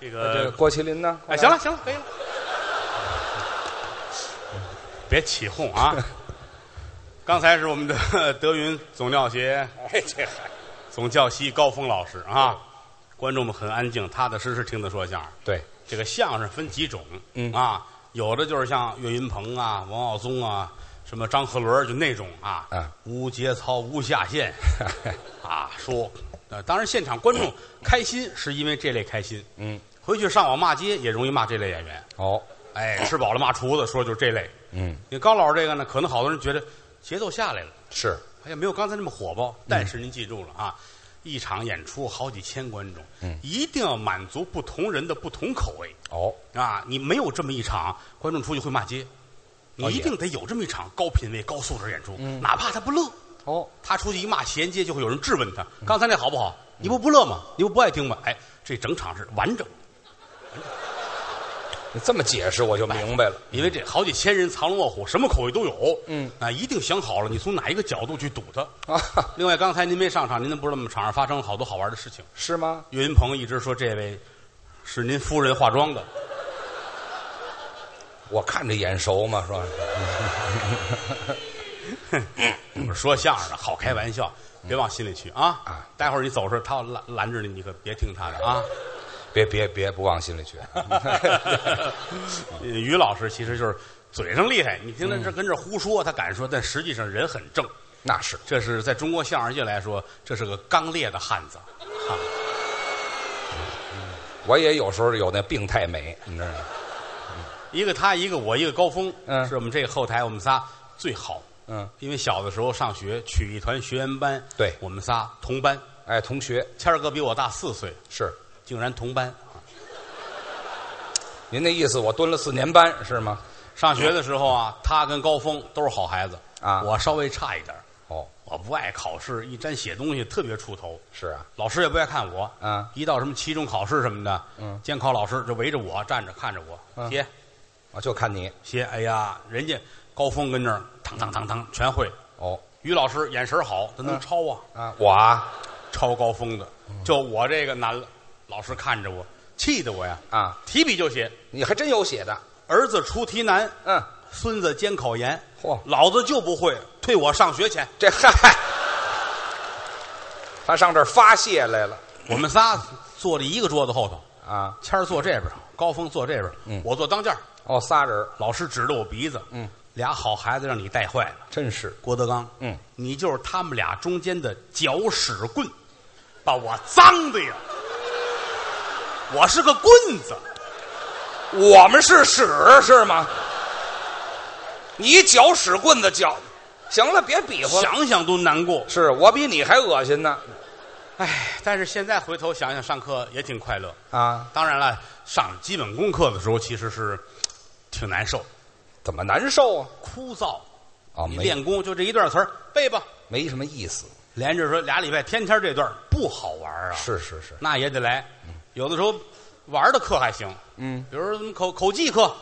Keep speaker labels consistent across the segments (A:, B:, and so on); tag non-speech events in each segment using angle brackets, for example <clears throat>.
A: 这
B: 这
A: 个，
B: 郭麒麟呢？
A: 呃哎，行了，行了，可以了， <laughs> 别起哄啊！ <laughs> 刚才是我们的 <laughs> 德云总教协
B: 哎，这还
A: 总教习高峰老师啊，观众们很安静，踏踏实实听他说相声。
B: 对，
A: 这个相声分几种，
B: 嗯
A: 啊，有的就是像岳云鹏啊、王耀宗啊、什么张鹤伦儿就那种啊，
B: 嗯
A: 无节操、无下
B: <laughs>
A: 限，啊，说，呃，当然现场观众开心是因为这类开心，
B: 嗯，
A: 回去上网骂街也容易骂这类演员，
B: 哦，
A: 哎，吃饱了骂厨子，说就是这类。
B: 嗯，
A: 你高老师这个呢，可能好多人觉得节奏下来了，
B: 是，
A: 哎呀，没有刚才那么火爆，
B: 嗯
A: 但是您记住了啊。一场演出好几千观众，嗯，一定要满足不同人的不同口味，
B: 哦，
A: 啊，你没有这么一场，观众出去会骂街。你
B: 哦
A: 一
B: 也嗯
A: 定得有这么一场高品位、高素质演出，哪怕他不乐，
B: 哦，
A: 他出去一骂衔接，就会有人质问他：“
B: 嗯
A: 刚才那好不好？你不不乐吗？你不不爱听吗？”哎，这整场是完整，
B: 你这么解释我就明白了。
A: 因为这好几千人藏龙卧虎，什么口味都有。
B: 嗯，
A: 啊，一定想好了，你从哪一个角度去堵他。
B: 啊，
A: <laughs> 另外，刚才您没上场，您都不知道我们场上发生了好多好玩的事情。
B: 是吗？
A: 岳云鹏一直说这位是您夫人化妆的，
B: 我看着眼熟嘛，说，
A: 我说相声的好开玩笑，别往心里去啊！
B: 啊
A: 待会儿你走的时候，他要拦拦着你，你可别听他的啊！
B: <laughs> 别别别，不往心里去。 <laughs>
A: 呃于老师其实就是嘴上厉害，你听他这跟这胡说，他敢说，但实际上人很正。
B: 那是，
A: 这是在中国相声界来说，这是个刚烈的汉子。啊、
B: 我也有时候有那病态美，你知道吗？
A: 一个他，一个我，一个高峰，
B: 嗯
A: 是我们这个后台我们仨最好。
B: 嗯，
A: 因为小的时候上学曲艺团学员班，
B: 对
A: 我们仨同班。
B: 哎，同学
A: 谦儿哥比我大四岁，
B: 是，
A: 竟然同班。
B: 您那意思我蹲了四年班是吗？
A: 上学的时候啊，他跟高峰都是好孩子
B: 啊
A: 我稍微差一点儿，
B: 哦，
A: 我不爱考试，一沾写东西特别出头，
B: 是啊，
A: 老师也不爱看我。
B: 啊，
A: 一到什么期中考试什么的，
B: 嗯，
A: 监考老师就围着我站着看着我
B: 嗯
A: 写
B: 我就看你
A: 写，哎呀，人家高峰跟那儿当当当当全会，
B: 哦
A: 于老师眼神好，他能抄啊，
B: 啊，我啊
A: 抄高峰的，
B: 嗯
A: 就我这个难了，老师看着我，气得我呀，
B: 啊，
A: 提笔就写，
B: 你还真有写的，
A: 儿子出题难，
B: 嗯，
A: 孙子监考严，
B: 嚯
A: 老子就不会，退我上学去。
B: 这嗨，他上这儿发泄来了
A: 我们仨坐在一个桌子后头，
B: 啊，
A: 谦儿坐这边，高峰坐这边，我坐当间儿
B: 哦，仨人儿
A: 老师指着我鼻子，
B: 嗯，
A: 俩好孩子让你带坏了，
B: 真是，
A: 郭德纲，
B: 嗯，
A: 你就是他们俩中间的搅屎棍，把我脏的呀，我是个棍子，
B: 我们是屎是吗？你搅屎棍子搅，行了，别比划了。
A: 想想都难过。
B: 是我比你还恶心呢
A: 唉，但是现在回头想想，上课也挺快乐。
B: 啊！
A: 当然了，上基本功课的时候其实是挺难受、
B: 怎么难受啊？
A: 枯燥。
B: 哦，
A: 你
B: 没
A: 练功就这一段词儿背吧，
B: 没什么意思。
A: 连着说俩礼拜，天天这段儿不好玩儿啊，
B: 是是是，
A: 那也得来。有的时候玩儿的课还行，
B: 嗯，
A: 比如说什么口口技课，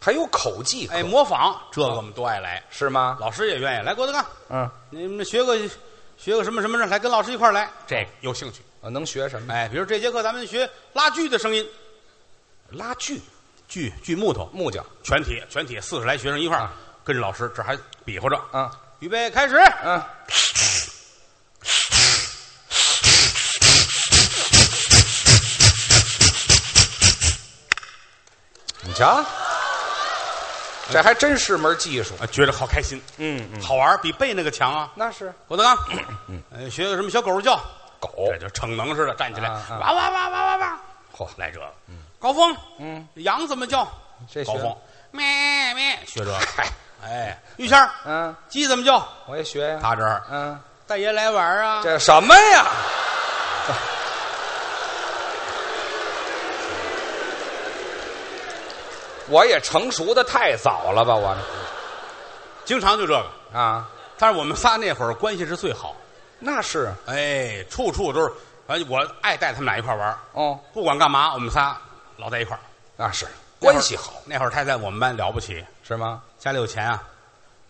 B: 还有口技课
A: 哎，模仿这个我们都爱来，
B: 是吗？
A: 老师也愿意来。郭德纲，
B: 嗯，
A: 你们学个学个什么什么的，来跟老师一块儿来，这个有兴趣。
B: 我呃能学什么？
A: 哎，比如这节课咱们学拉锯的声音，
B: 拉锯、
A: 锯锯木头，
B: 木匠
A: 全体全体四十来学生一块儿跟着老师，这还比划着。
B: 啊，
A: 预备开始，
B: 嗯，你瞧，这还真是门技术。
A: 啊，觉着好开心，
B: 嗯嗯，
A: 好玩儿比背那个强啊。
B: 那是
A: 郭德 <clears throat> 纲，呃，学个什么小狗叫，
B: 狗。
A: 这就逞能似的站起来，
B: 啊啊
A: 哇哇哇哇哇哇，
B: 嚯，
A: 来这个。高峰，
B: 嗯，
A: 羊怎么叫？
B: 这学
A: 高峰，咩咩，学这个。
B: 嗨，
A: 哎，于谦儿，
B: 嗯，
A: 鸡怎么叫？
B: 我也学呀。
A: 他这儿，
B: 嗯，
A: 大爷来玩儿啊，
B: 这什么呀？我也成熟的太早了吧，我
A: 经常就这个。
B: 啊，
A: 但是我们仨那会儿关系是最好，
B: 那是
A: 哎，处处都是，哎，我爱带他们俩一块儿玩儿，
B: 哦，
A: 不管干嘛，我们仨老在一块儿，
B: 那是关系好
A: 那会儿他在我们班了不起，
B: 是吗？
A: 家里有钱啊，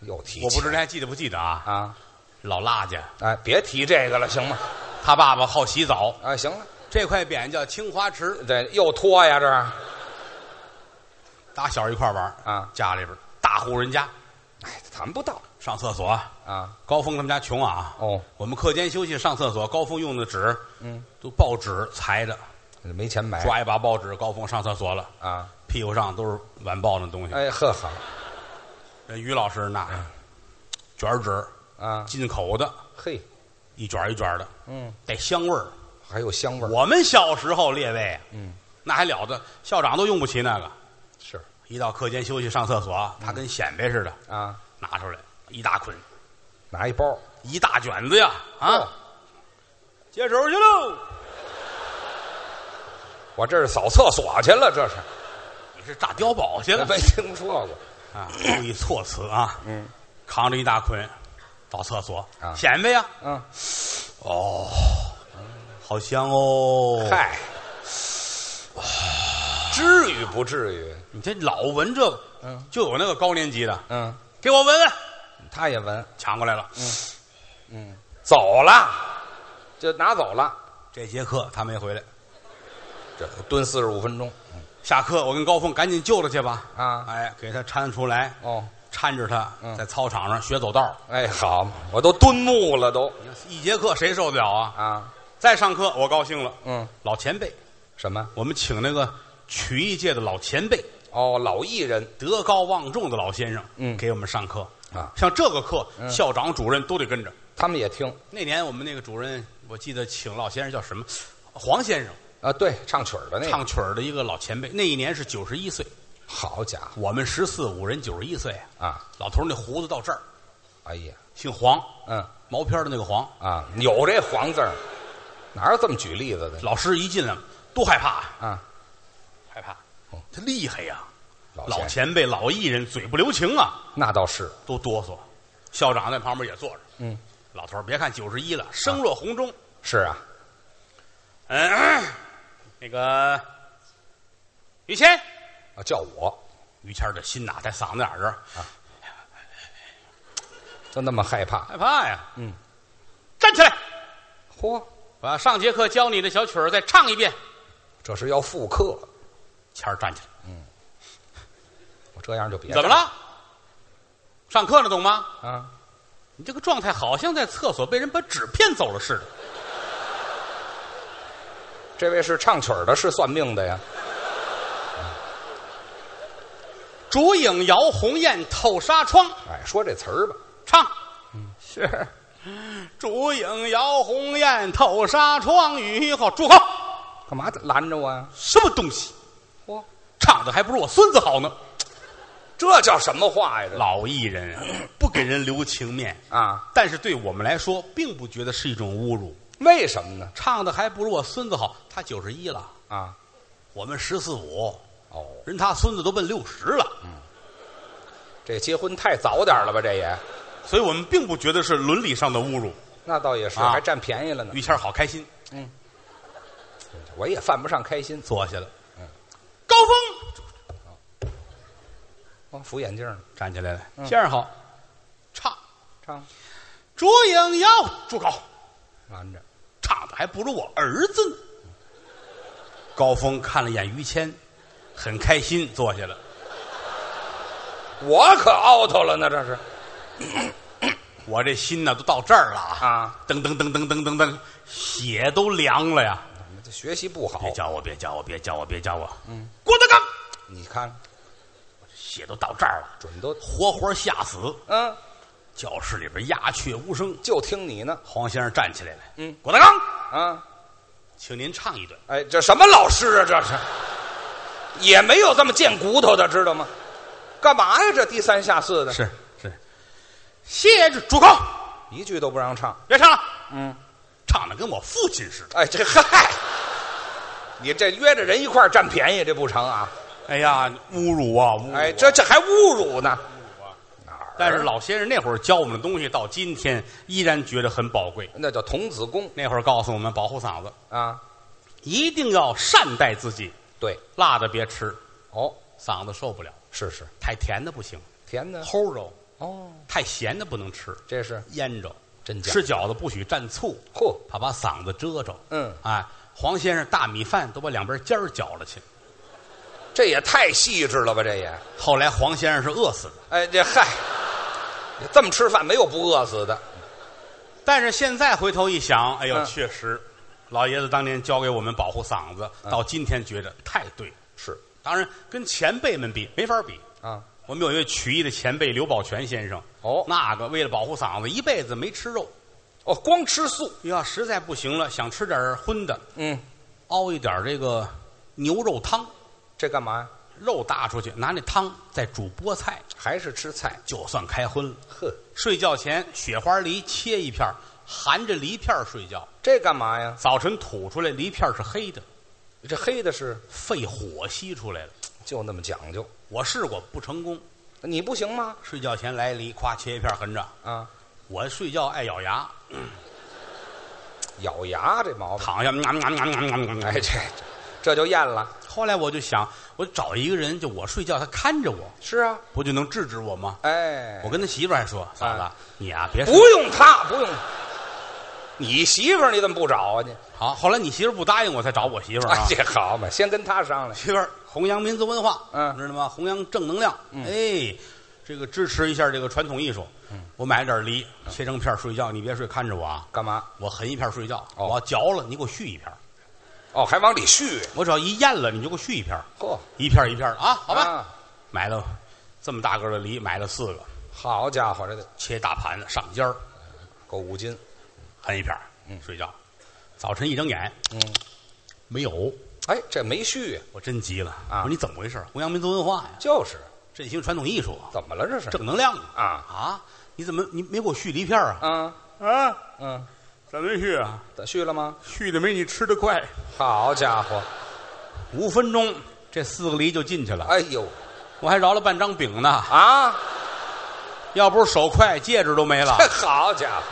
B: 又提
A: 我不知
B: 起
A: 道你还记得不记得啊？
B: 啊，
A: 老辣家，
B: 哎，别提这个了，行吗？
A: 他爸爸好洗澡，
B: 啊，行了，
A: 这块匾叫青花瓷，
B: 对，又拖呀，这儿
A: 打小一块玩儿
B: 啊
A: 家里边儿大户人家
B: 哎，谈不到
A: 上厕所，
B: 啊。
A: 高峰他们家穷啊，
B: 哦，
A: 我们课间休息上厕所，高峰用的纸，嗯，都报纸裁着，
B: 没钱买
A: 抓一把报纸，高峰上厕所了，
B: 啊。
A: 屁股上都是晚报那东西。
B: 哎，嗯呵好
A: 人于老师那卷纸，
B: 啊，
A: 进口的，
B: 嘿，
A: 一卷一卷的，
B: 嗯，
A: 带香味儿。
B: 还有香味儿。
A: 我们小时候，列位，嗯，那还了得，校长都用不起那个。
B: 是
A: 一到课间休息上厕所，他跟显摆似的，
B: 啊，
A: 拿出来一大捆，
B: 拿一包
A: 一大卷子呀，啊，
B: 哦
A: 接手去喽！
B: 我这是扫厕所去了，这是
A: 你是炸碉堡去了
B: 没听 <laughs> 说过。
A: 啊？注意措辞啊！嗯，扛着一大捆到厕所
B: 啊
A: 显摆呀，
B: 嗯，
A: 哦，好香哦！，
B: 嗨，至于不至于？
A: 你这老闻这个，
B: 嗯
A: 就有那个高年级的，
B: 嗯，
A: 给我闻闻，
B: 他也闻，
A: 抢过来了。
B: 嗯走了，就拿走了。
A: 这节课他没回来，
B: 这蹲四十五分钟
A: 下课我跟高峰赶紧救他去吧。
B: 啊
A: 哎，给他搀出来，
B: 哦，
A: 搀着他
B: 嗯
A: 在操场上学走道。
B: 哎，好嘛，我都蹲木了都
A: 一节课谁受得了啊？
B: 啊，
A: 再上课我高兴了，
B: 嗯，
A: 老前辈，
B: 什么？
A: 我们请那个曲艺界的老前辈，
B: 哦，老艺人
A: 德高望重的老先生，
B: 嗯
A: 给我们上课。
B: 啊，
A: 像这个课，校长、主任都得跟着。
B: 他们也听
A: 那年我们那个主任，我记得请老先生叫什么，黄先生，
B: 啊，对，唱曲儿的那个，
A: 唱曲儿的一个老前辈。那一年是九十一岁，
B: 好家伙
A: 我们十四五人九十一岁啊，
B: 啊，
A: 老头儿那胡子到这儿，
B: 哎呀，
A: 姓黄，
B: 嗯
A: 毛片儿的那个黄。
B: 啊，有这黄字儿，哪有这么举例子的
A: 老师一进来都害怕，
B: 啊？
A: 害怕
B: 哦，
A: 他厉害呀，
B: 老
A: 老
B: 钱
A: 前辈、老艺人嘴不留情啊。
B: 那倒是，
A: 都哆嗦。校长在旁边也坐着。
B: 嗯，
A: 老头儿，别看九十一了，声若洪钟。
B: 是啊，
A: 嗯，那个于谦，
B: 啊叫我
A: 于谦儿的心呐，在嗓子眼儿这儿
B: 就那么害怕，
A: 害怕呀。
B: 嗯，
A: 站起来，
B: 嚯，
A: 把上节课教你的小曲儿再唱一遍。
B: 这是要复刻，
A: 谦儿站起来，
B: 我这样就别
A: 怎么了？上课呢，懂吗？
B: 啊？
A: 你这个状态好像在厕所被人把纸骗走了似的。
B: 这位是唱曲儿的，是算命的呀？
A: 烛影摇红雁，透纱窗，
B: 哎，说这词儿吧，
A: 唱。
B: 是
A: 烛影摇红雁，透纱窗。雨后，住口！
B: 干嘛拦着我呀？
A: 什么东西？
B: 嚯，
A: 唱的还不如我孙子好呢。
B: 这叫什么话呀？
A: 老艺人啊不给人留情面，
B: 这啊，
A: 但是对我们来说，并不觉得是一种侮辱。
B: 为什么呢？
A: 唱的还不如我孙子好，他九十一了，
B: 啊，
A: 我们十四五，
B: 哦，
A: 人他孙子都奔六十了，
B: 这结婚太早点了吧？这也，
A: 所以我们并不觉得是伦理上的侮辱。
B: 那倒也是，
A: 啊
B: 还占便宜了呢。
A: 于谦儿好开心，
B: 我也犯不上开心，
A: 坐下了。高峰
B: 哦，扶眼镜呢，
A: 站起来了，先生好，唱《
B: 唱，
A: 烛影摇》，住口！
B: 拦着，
A: 唱的还不如我儿子呢。高峰看了眼于谦，很开心，坐下了。
B: 我可 out 了呢，这是
A: 我这心呢都到这儿了啊！
B: 啊，
A: 噔噔噔噔噔噔噔，血都凉了呀！
B: 你这学习不好
A: 别，叫我，别叫我，别叫我，别叫我！嗯，郭德纲，
B: 你看
A: 血都到这儿了，
B: 准都，
A: 活活吓死！
B: 嗯，
A: 教室里边鸦雀无声。
B: 就听你呢，
A: 黄先生站起来了，
B: 嗯，
A: 郭德纲，
B: 啊，
A: 请您唱一段。
B: 哎，这什么老师啊？这是，也没有这么贱骨头的，知道吗？干嘛呀？这低三下四的，
A: 是是，谢主住口，
B: 一句都不让唱。
A: 别唱了，
B: 嗯，
A: 唱的跟我父亲似的。
B: 哎，这嗨，你这约着人一块儿占便宜，这不成啊？
A: 哎呀，侮辱啊！侮辱啊
B: 哎，这这还侮辱呢？哪儿啊
A: 但是老先生那会儿教我们的东西，到今天依然觉得很宝贵。
B: 那叫童子功
A: 那会儿告诉我们保护嗓子，
B: 啊，
A: 一定要善待自己，
B: 对，
A: 辣的别吃，
B: 哦，
A: 嗓子受不了；
B: 是是，
A: 太甜的不行，
B: 甜的，
A: 齁着；
B: 哦，
A: 太咸的不能吃，
B: 这是
A: 腌着；
B: 真假？
A: 吃饺子不许蘸醋，
B: 嚯，
A: 怕把嗓子遮着。
B: 嗯，
A: 哎，黄先生大米饭都把两边尖儿搅了去。
B: 这也太细致了吧？这也，
A: 后来黄先生是饿死的，
B: 哎，这嗨，你这么吃饭没有不饿死的。
A: 但是现在回头一想，哎呦，
B: 嗯
A: 确实，老爷子当年教给我们保护嗓子，到今天觉着太对。
B: 嗯是
A: 当然，跟前辈们比没法比。
B: 啊，
A: 我们有一位曲艺的前辈刘宝全先生，
B: 哦
A: 那个为了保护嗓子，一辈子没吃肉。
B: 哦，光吃素，
A: 要实在不行了，想吃点儿荤的，
B: 嗯，
A: 熬一点儿这个牛肉汤，
B: 这干嘛呀？
A: 肉搭出去，拿那汤再煮菠菜，
B: 还是吃菜？
A: 就算开荤了。
B: 呵，
A: 睡觉前雪花梨切一片儿，含着梨片儿睡觉，
B: 这干嘛呀？
A: 早晨吐出来梨片儿是黑的，
B: 这黑的是
A: 肺火吸出来了。
B: 就那么讲究，
A: 我试过不成功，
B: 你不行吗？
A: 睡觉前来梨，夸切一片儿含着。
B: 啊，
A: 我睡觉爱咬牙，
B: 咬牙这毛病，
A: 躺下，喵喵喵喵喵喵喵
B: 哎，这这就咽了。
A: 后来我就想，我找一个人，就我睡觉，他看着我，
B: 是啊，
A: 不就能制止我吗？
B: 哎
A: 我，跟他媳妇儿还说：“嫂子
B: 啊，
A: 你啊，别
B: 不
A: 睡
B: 用他，不用。你媳妇儿你怎么不找啊你？
A: 好。”后来你媳妇儿不答应我，才找我媳妇儿
B: 哎
A: 啊，。
B: 这好嘛，先跟他商量。
A: 媳妇儿弘扬民族文化，
B: 嗯
A: 知道吗？弘扬正能量，哎，这个支持一下这个传统艺术。我买了点梨，切成片儿睡觉，你别睡，看着我啊。
B: 干嘛？
A: 我含一片儿睡觉，
B: 哦
A: 我要嚼了，你给我续一片儿。
B: 哦，还往里续。
A: 我只要一咽了，你就给我续一片儿，
B: 嚯，
A: 一片儿一片儿的啊，好吧。
B: 啊
A: 买了这么大个儿的梨，买了四个，
B: 好家伙，这得
A: 切大盘子上尖儿，
B: 够五斤。
A: 含一片儿，睡觉。早晨一睁眼，
B: 嗯，
A: 没有，
B: 哎，这没续，
A: 我真急了
B: 啊
A: 我说你怎么回事？弘扬民族文化呀，
B: 就是
A: 振兴传统艺术啊，
B: 怎么了这是？
A: 正能量啊！
B: 啊
A: 啊，你怎么你没给我续梨片儿啊？
B: 啊
A: 啊，
B: 嗯，
A: 怎么续啊？
B: 咋续了吗？
A: 续的没你吃的快，
B: 好家伙，
A: 五分钟这四个梨就进去了，
B: 哎呦
A: 我还饶了半张饼呢。
B: 啊！。
A: 要不是手快，戒指都没了
B: <laughs> 好家伙，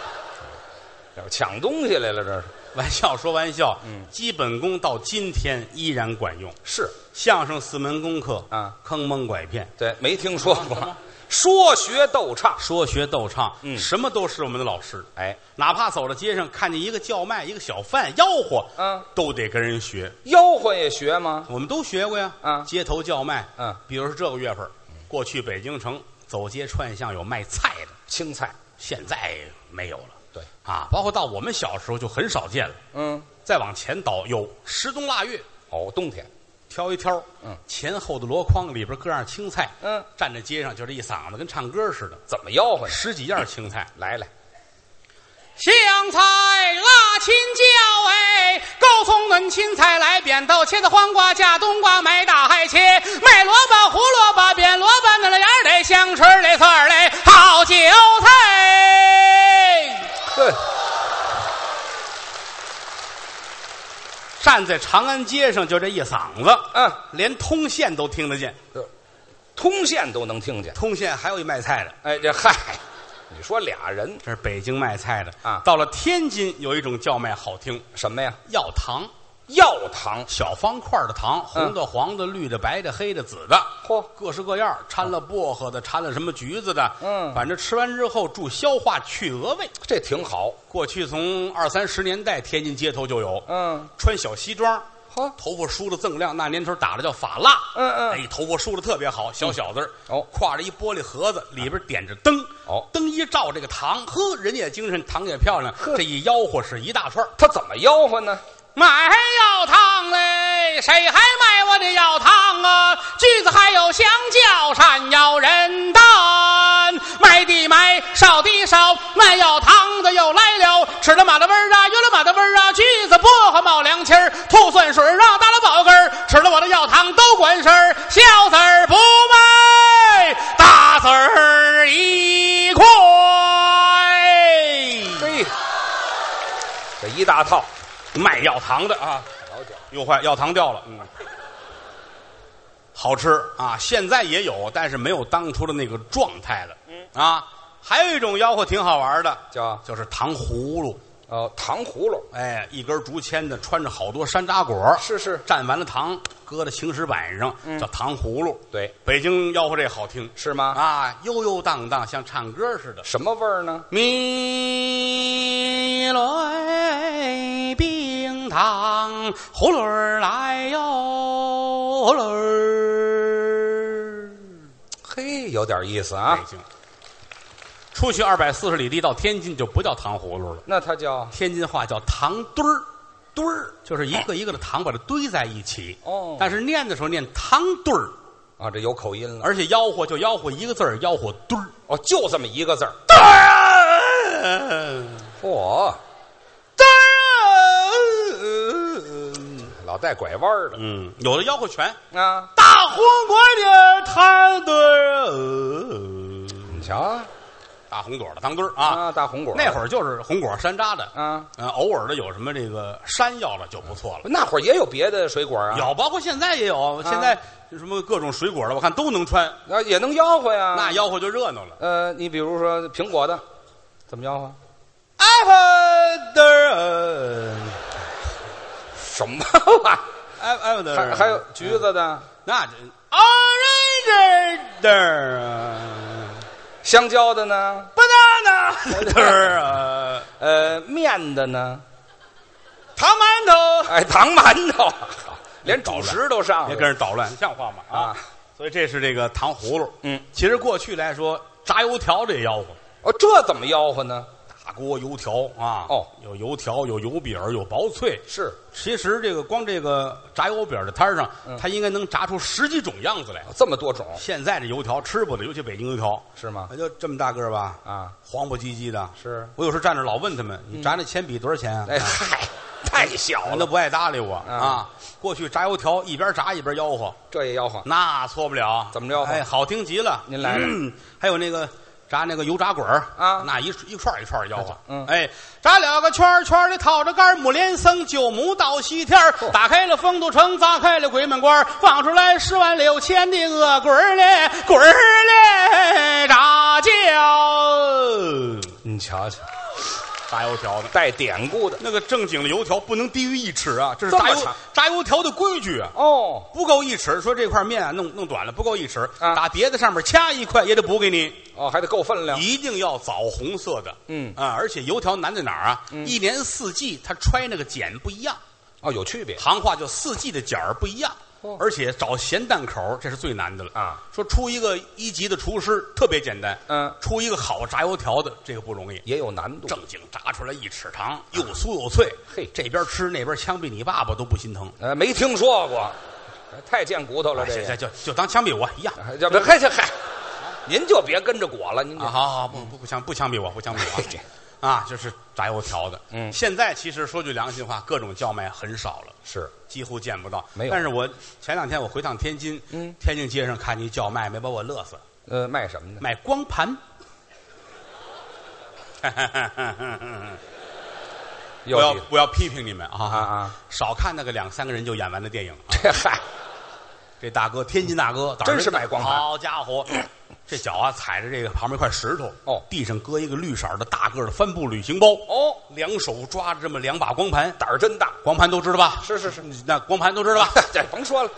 B: 要抢东西来了，这
A: 玩笑说玩笑，
B: 嗯
A: 基本功到今天依然管用。
B: 是是
A: 相声四门功课
B: 啊，
A: 坑蒙拐骗、
B: 对，没听说过，说学逗唱，
A: 说学逗唱，
B: 嗯
A: 什么都是我们的老师。
B: 哎，
A: 哪怕走到街上看见一个叫卖、一个小贩吆喝，
B: 嗯
A: 都得跟人学。
B: 吆喝也学吗？
A: 我们都学过呀，
B: 啊
A: 街头叫卖，
B: 嗯，
A: 比如说这个月份儿，过去北京城走街串巷有卖菜的，
B: 青菜，
A: 现在没有了
B: 对，
A: 啊。包括到我们小时候就很少见了。
B: 嗯，
A: 再往前倒有十冬腊月，
B: 哦，冬天，
A: 挑一挑，
B: 嗯，
A: 前后的箩筐里边各样青菜，
B: 嗯，
A: 站在街上就这一嗓子跟唱歌似的，
B: 怎么吆喝呀？
A: 十几样青菜，
B: 来来，
A: 香菜、辣青椒，哎，高葱、嫩青菜、来扁豆、茄子、黄瓜、架冬瓜、买大海茄、卖萝卜、胡萝卜、扁萝卜，那了芽儿得香椿儿嘞、蒜儿嘞，好韭菜。
B: 呵，
A: 站在长安街上就这一嗓子，
B: 啊，
A: 连通县都听得见。
B: 这通县都能听见。
A: 通县还有一卖菜的，
B: 哎，这嗨，你说俩人
A: 这是北京卖菜的
B: 啊
A: 到了天津有一种叫卖好听，
B: 什么呀？
A: 药糖，
B: 药堂，
A: 小方块的糖，
B: 嗯
A: 红的、黄的、绿的、白的、黑的、紫的。
B: 嚯，
A: 各式各样，掺了薄荷的，掺了什么橘子的，
B: 嗯
A: 反正吃完之后助消化去恶味。
B: 这挺好。
A: 过去从二三十年代，天津街头就有，
B: 嗯，
A: 穿小西装，
B: 嚯，
A: 头发梳的锃亮，那年头打的叫法蜡，
B: 嗯嗯
A: 哎，头发梳的特别好，小小子儿，
B: 嗯哦啊
A: 挎着一玻璃盒子，里边点着灯，
B: 哦
A: 灯一照这个糖，呵，人也精神，糖也漂亮，
B: 呵
A: 这一吆喝是一大串儿
B: 他怎么吆喝呢？
A: 卖药汤嘞，谁还卖我的药汤啊？橘子还有香蕉，山药、人蛋，卖的卖，少的少，卖药汤的又来了，吃了马的味儿啊，约了马的味儿啊，橘子、薄荷、冒凉气儿，吐酸水儿啊，打了饱嗝儿，吃了我的药汤都管事儿，小子儿不卖，大子儿一块。
B: 嘿，这一大套，
A: 卖药糖的啊。
B: 老酒
A: 又坏，药糖掉了。嗯，好吃啊，现在也有，但是没有当初的那个状态了。嗯啊，还有一种吆喝挺好玩的，
B: 叫
A: 就是糖葫芦。
B: 呃糖葫芦，
A: 哎，一根竹签子，穿着好多山楂果，
B: 是是
A: 蘸完了糖，搁在青石板上，叫糖葫芦。
B: 对，
A: 北京吆喝这好听
B: 是吗？
A: 啊，悠悠荡荡，像唱歌似的。
B: 什么味儿呢？
A: 米来冰糖唱，呼噜儿来哟，呼噜儿。
B: 嘿，有点意思
A: 北
B: 啊。
A: 京，出去二百四十里地到天津就不叫糖葫芦了，
B: 那它叫
A: 天津话叫糖堆儿，
B: 堆儿
A: 就是一个一个的糖把它堆在一起。
B: 哦
A: 但是念的时候念糖堆儿，
B: 啊，这有口音了。
A: 而且吆喝就吆喝一个字儿，吆喝堆儿。
B: 哦，就这么一个字儿。
A: 堆儿，
B: 嚯、
A: 堆啊儿。
B: 嗯老带拐弯儿的
A: 嗯，有的吆喝全，
B: 啊！
A: 大红果的呃糖堆儿，
B: 你瞧啊
A: 大红果的糖堆儿啊。
B: 啊，大红果
A: 那会
B: 儿
A: 儿就是红果山楂的，
B: 啊，
A: 嗯，偶尔的有什么这个山药了就不错了。
B: 那会儿也有别的水果啊，
A: 有，包括现在也有，现在什么各种水果了，我看都能穿，
B: 啊也能吆喝呀。
A: 那吆喝就热闹了。
B: 呃，你比如说苹果的，怎么吆喝？
A: apple 的呃儿，
B: 什么玩意儿？嗯
A: a p p 的
B: <laughs> 还
A: 儿，
B: 还有橘子的、
A: 那这 orange 的儿
B: <laughs> 香蕉的呢，
A: ，banana
B: <laughs>
A: 的儿啊，
B: 呃，面的呢， <laughs>
A: 糖馒头，
B: 哎，糖馒头， <laughs> 连主食都上
A: 别
B: 了
A: 跟人捣乱，像话吗？
B: 啊！！
A: 所以这是这个糖葫芦。
B: 嗯，
A: 其实过去来说，炸油条这也吆喝，
B: 哦，这怎么吆喝呢？
A: 大锅油条啊，
B: 哦，
A: 有油条，有油饼，有薄脆，
B: 是
A: 其实这个光这个炸油饼的摊儿上，
B: 嗯
A: 它应该能炸出十几种样子来。
B: 哦这么多种
A: 现在这油条吃不的，尤其北京油条，
B: 是吗？
A: 也就这么大个儿吧，
B: 啊，
A: 黄不唧唧的。
B: 是嗯
A: 我有时候站着老问他们：“你炸那铅笔多少钱啊？”
B: <laughs> 哎嗨，太小
A: 人
B: 了，
A: 都不爱搭理我
B: 啊
A: 啊。过去炸油条一边炸一边吆喝，
B: 这也吆喝
A: 那错不了。
B: 怎么吆喝
A: 哎，好听极了。
B: 您来了
A: 嗯还有那个炸那个油炸滚儿
B: 啊
A: 那一一串一串吆喝。
B: 嗯
A: 哎，炸了个圈儿圈儿里套着杆儿，母连僧九母到西天儿
B: 嚯
A: 打开了丰都城，砸开了鬼门关儿，放出来十万六千的恶棍儿嘞，滚儿嘞，炸叫，
B: 你瞧瞧，
A: 炸油条的。
B: 带典故的
A: 那个正经的油条不能低于一尺啊，这是
B: 这么
A: 炸油
B: 长
A: 炸油条的规矩啊。
B: 哦，
A: 不够一尺，说这块面啊弄弄短了不够一尺，
B: 啊
A: 打别的上面掐一块也得补给你，
B: 哦，还得够分量，
A: 一定要枣红色的。
B: 嗯
A: 啊，而且油条难在哪儿啊？一年四季它揣那个茧不一样，
B: 哦，有区别
A: 行话叫四季的茧儿不一样
B: 哦，
A: 而且找咸淡口儿这是最难的了
B: 啊。
A: 说出一个一级的厨师特别简单，
B: 嗯
A: 出一个好炸油条的这个不容易。
B: 也有难度，
A: 正经炸出来一尺长，又酥又脆，
B: 嗯嘿
A: 这边吃那边枪毙你爸爸都不心疼。
B: 呃，没听说过，太见骨头了，这
A: 行行，
B: 也，
A: 就就当枪毙我一样。
B: 哎要不嗨这嗨，您就别跟着裹了，您
A: 啊，
B: 就
A: 好好不不不枪不枪毙我，不枪毙我
B: <laughs> 这
A: 啊啊，就是炸油条的。
B: 嗯
A: 现在其实说句良心话，各种叫卖很少了，
B: 是
A: 几乎见不到。
B: 没有
A: 但是我前两天我回趟天津，
B: 嗯，
A: 天津街上看一叫卖，没把我乐死。
B: 呃，卖什么呢？
A: 卖光盘，
B: 有
A: 我要
B: 几
A: 我要批评你们啊
B: 啊啊，
A: 少看那个两三个人就演完的电影啊。
B: <laughs> 这嗨，
A: 这大哥，天津大哥，
B: 真是卖光盘
A: 好家
B: <laughs>
A: 伙，这脚啊踩着这个旁边一块石头，
B: 哦
A: 地上搁一个绿色的大个儿的帆布旅行包，
B: 哦，
A: 两手抓着这么两把光盘，
B: 胆儿真大，
A: 光盘都知道吧？
B: 是是是，
A: 那光盘都知道吧？
B: <laughs> 这甭说了，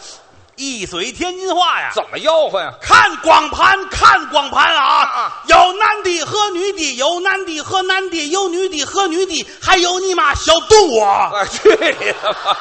A: 一嘴天津话呀！
B: 怎么吆喝呀？
A: 看光盘，看光盘啊
B: 啊！
A: 有男的和女的，有男的和男的，有女的和女的，还有你妈小杜我！
B: 哎啊，去你的吧！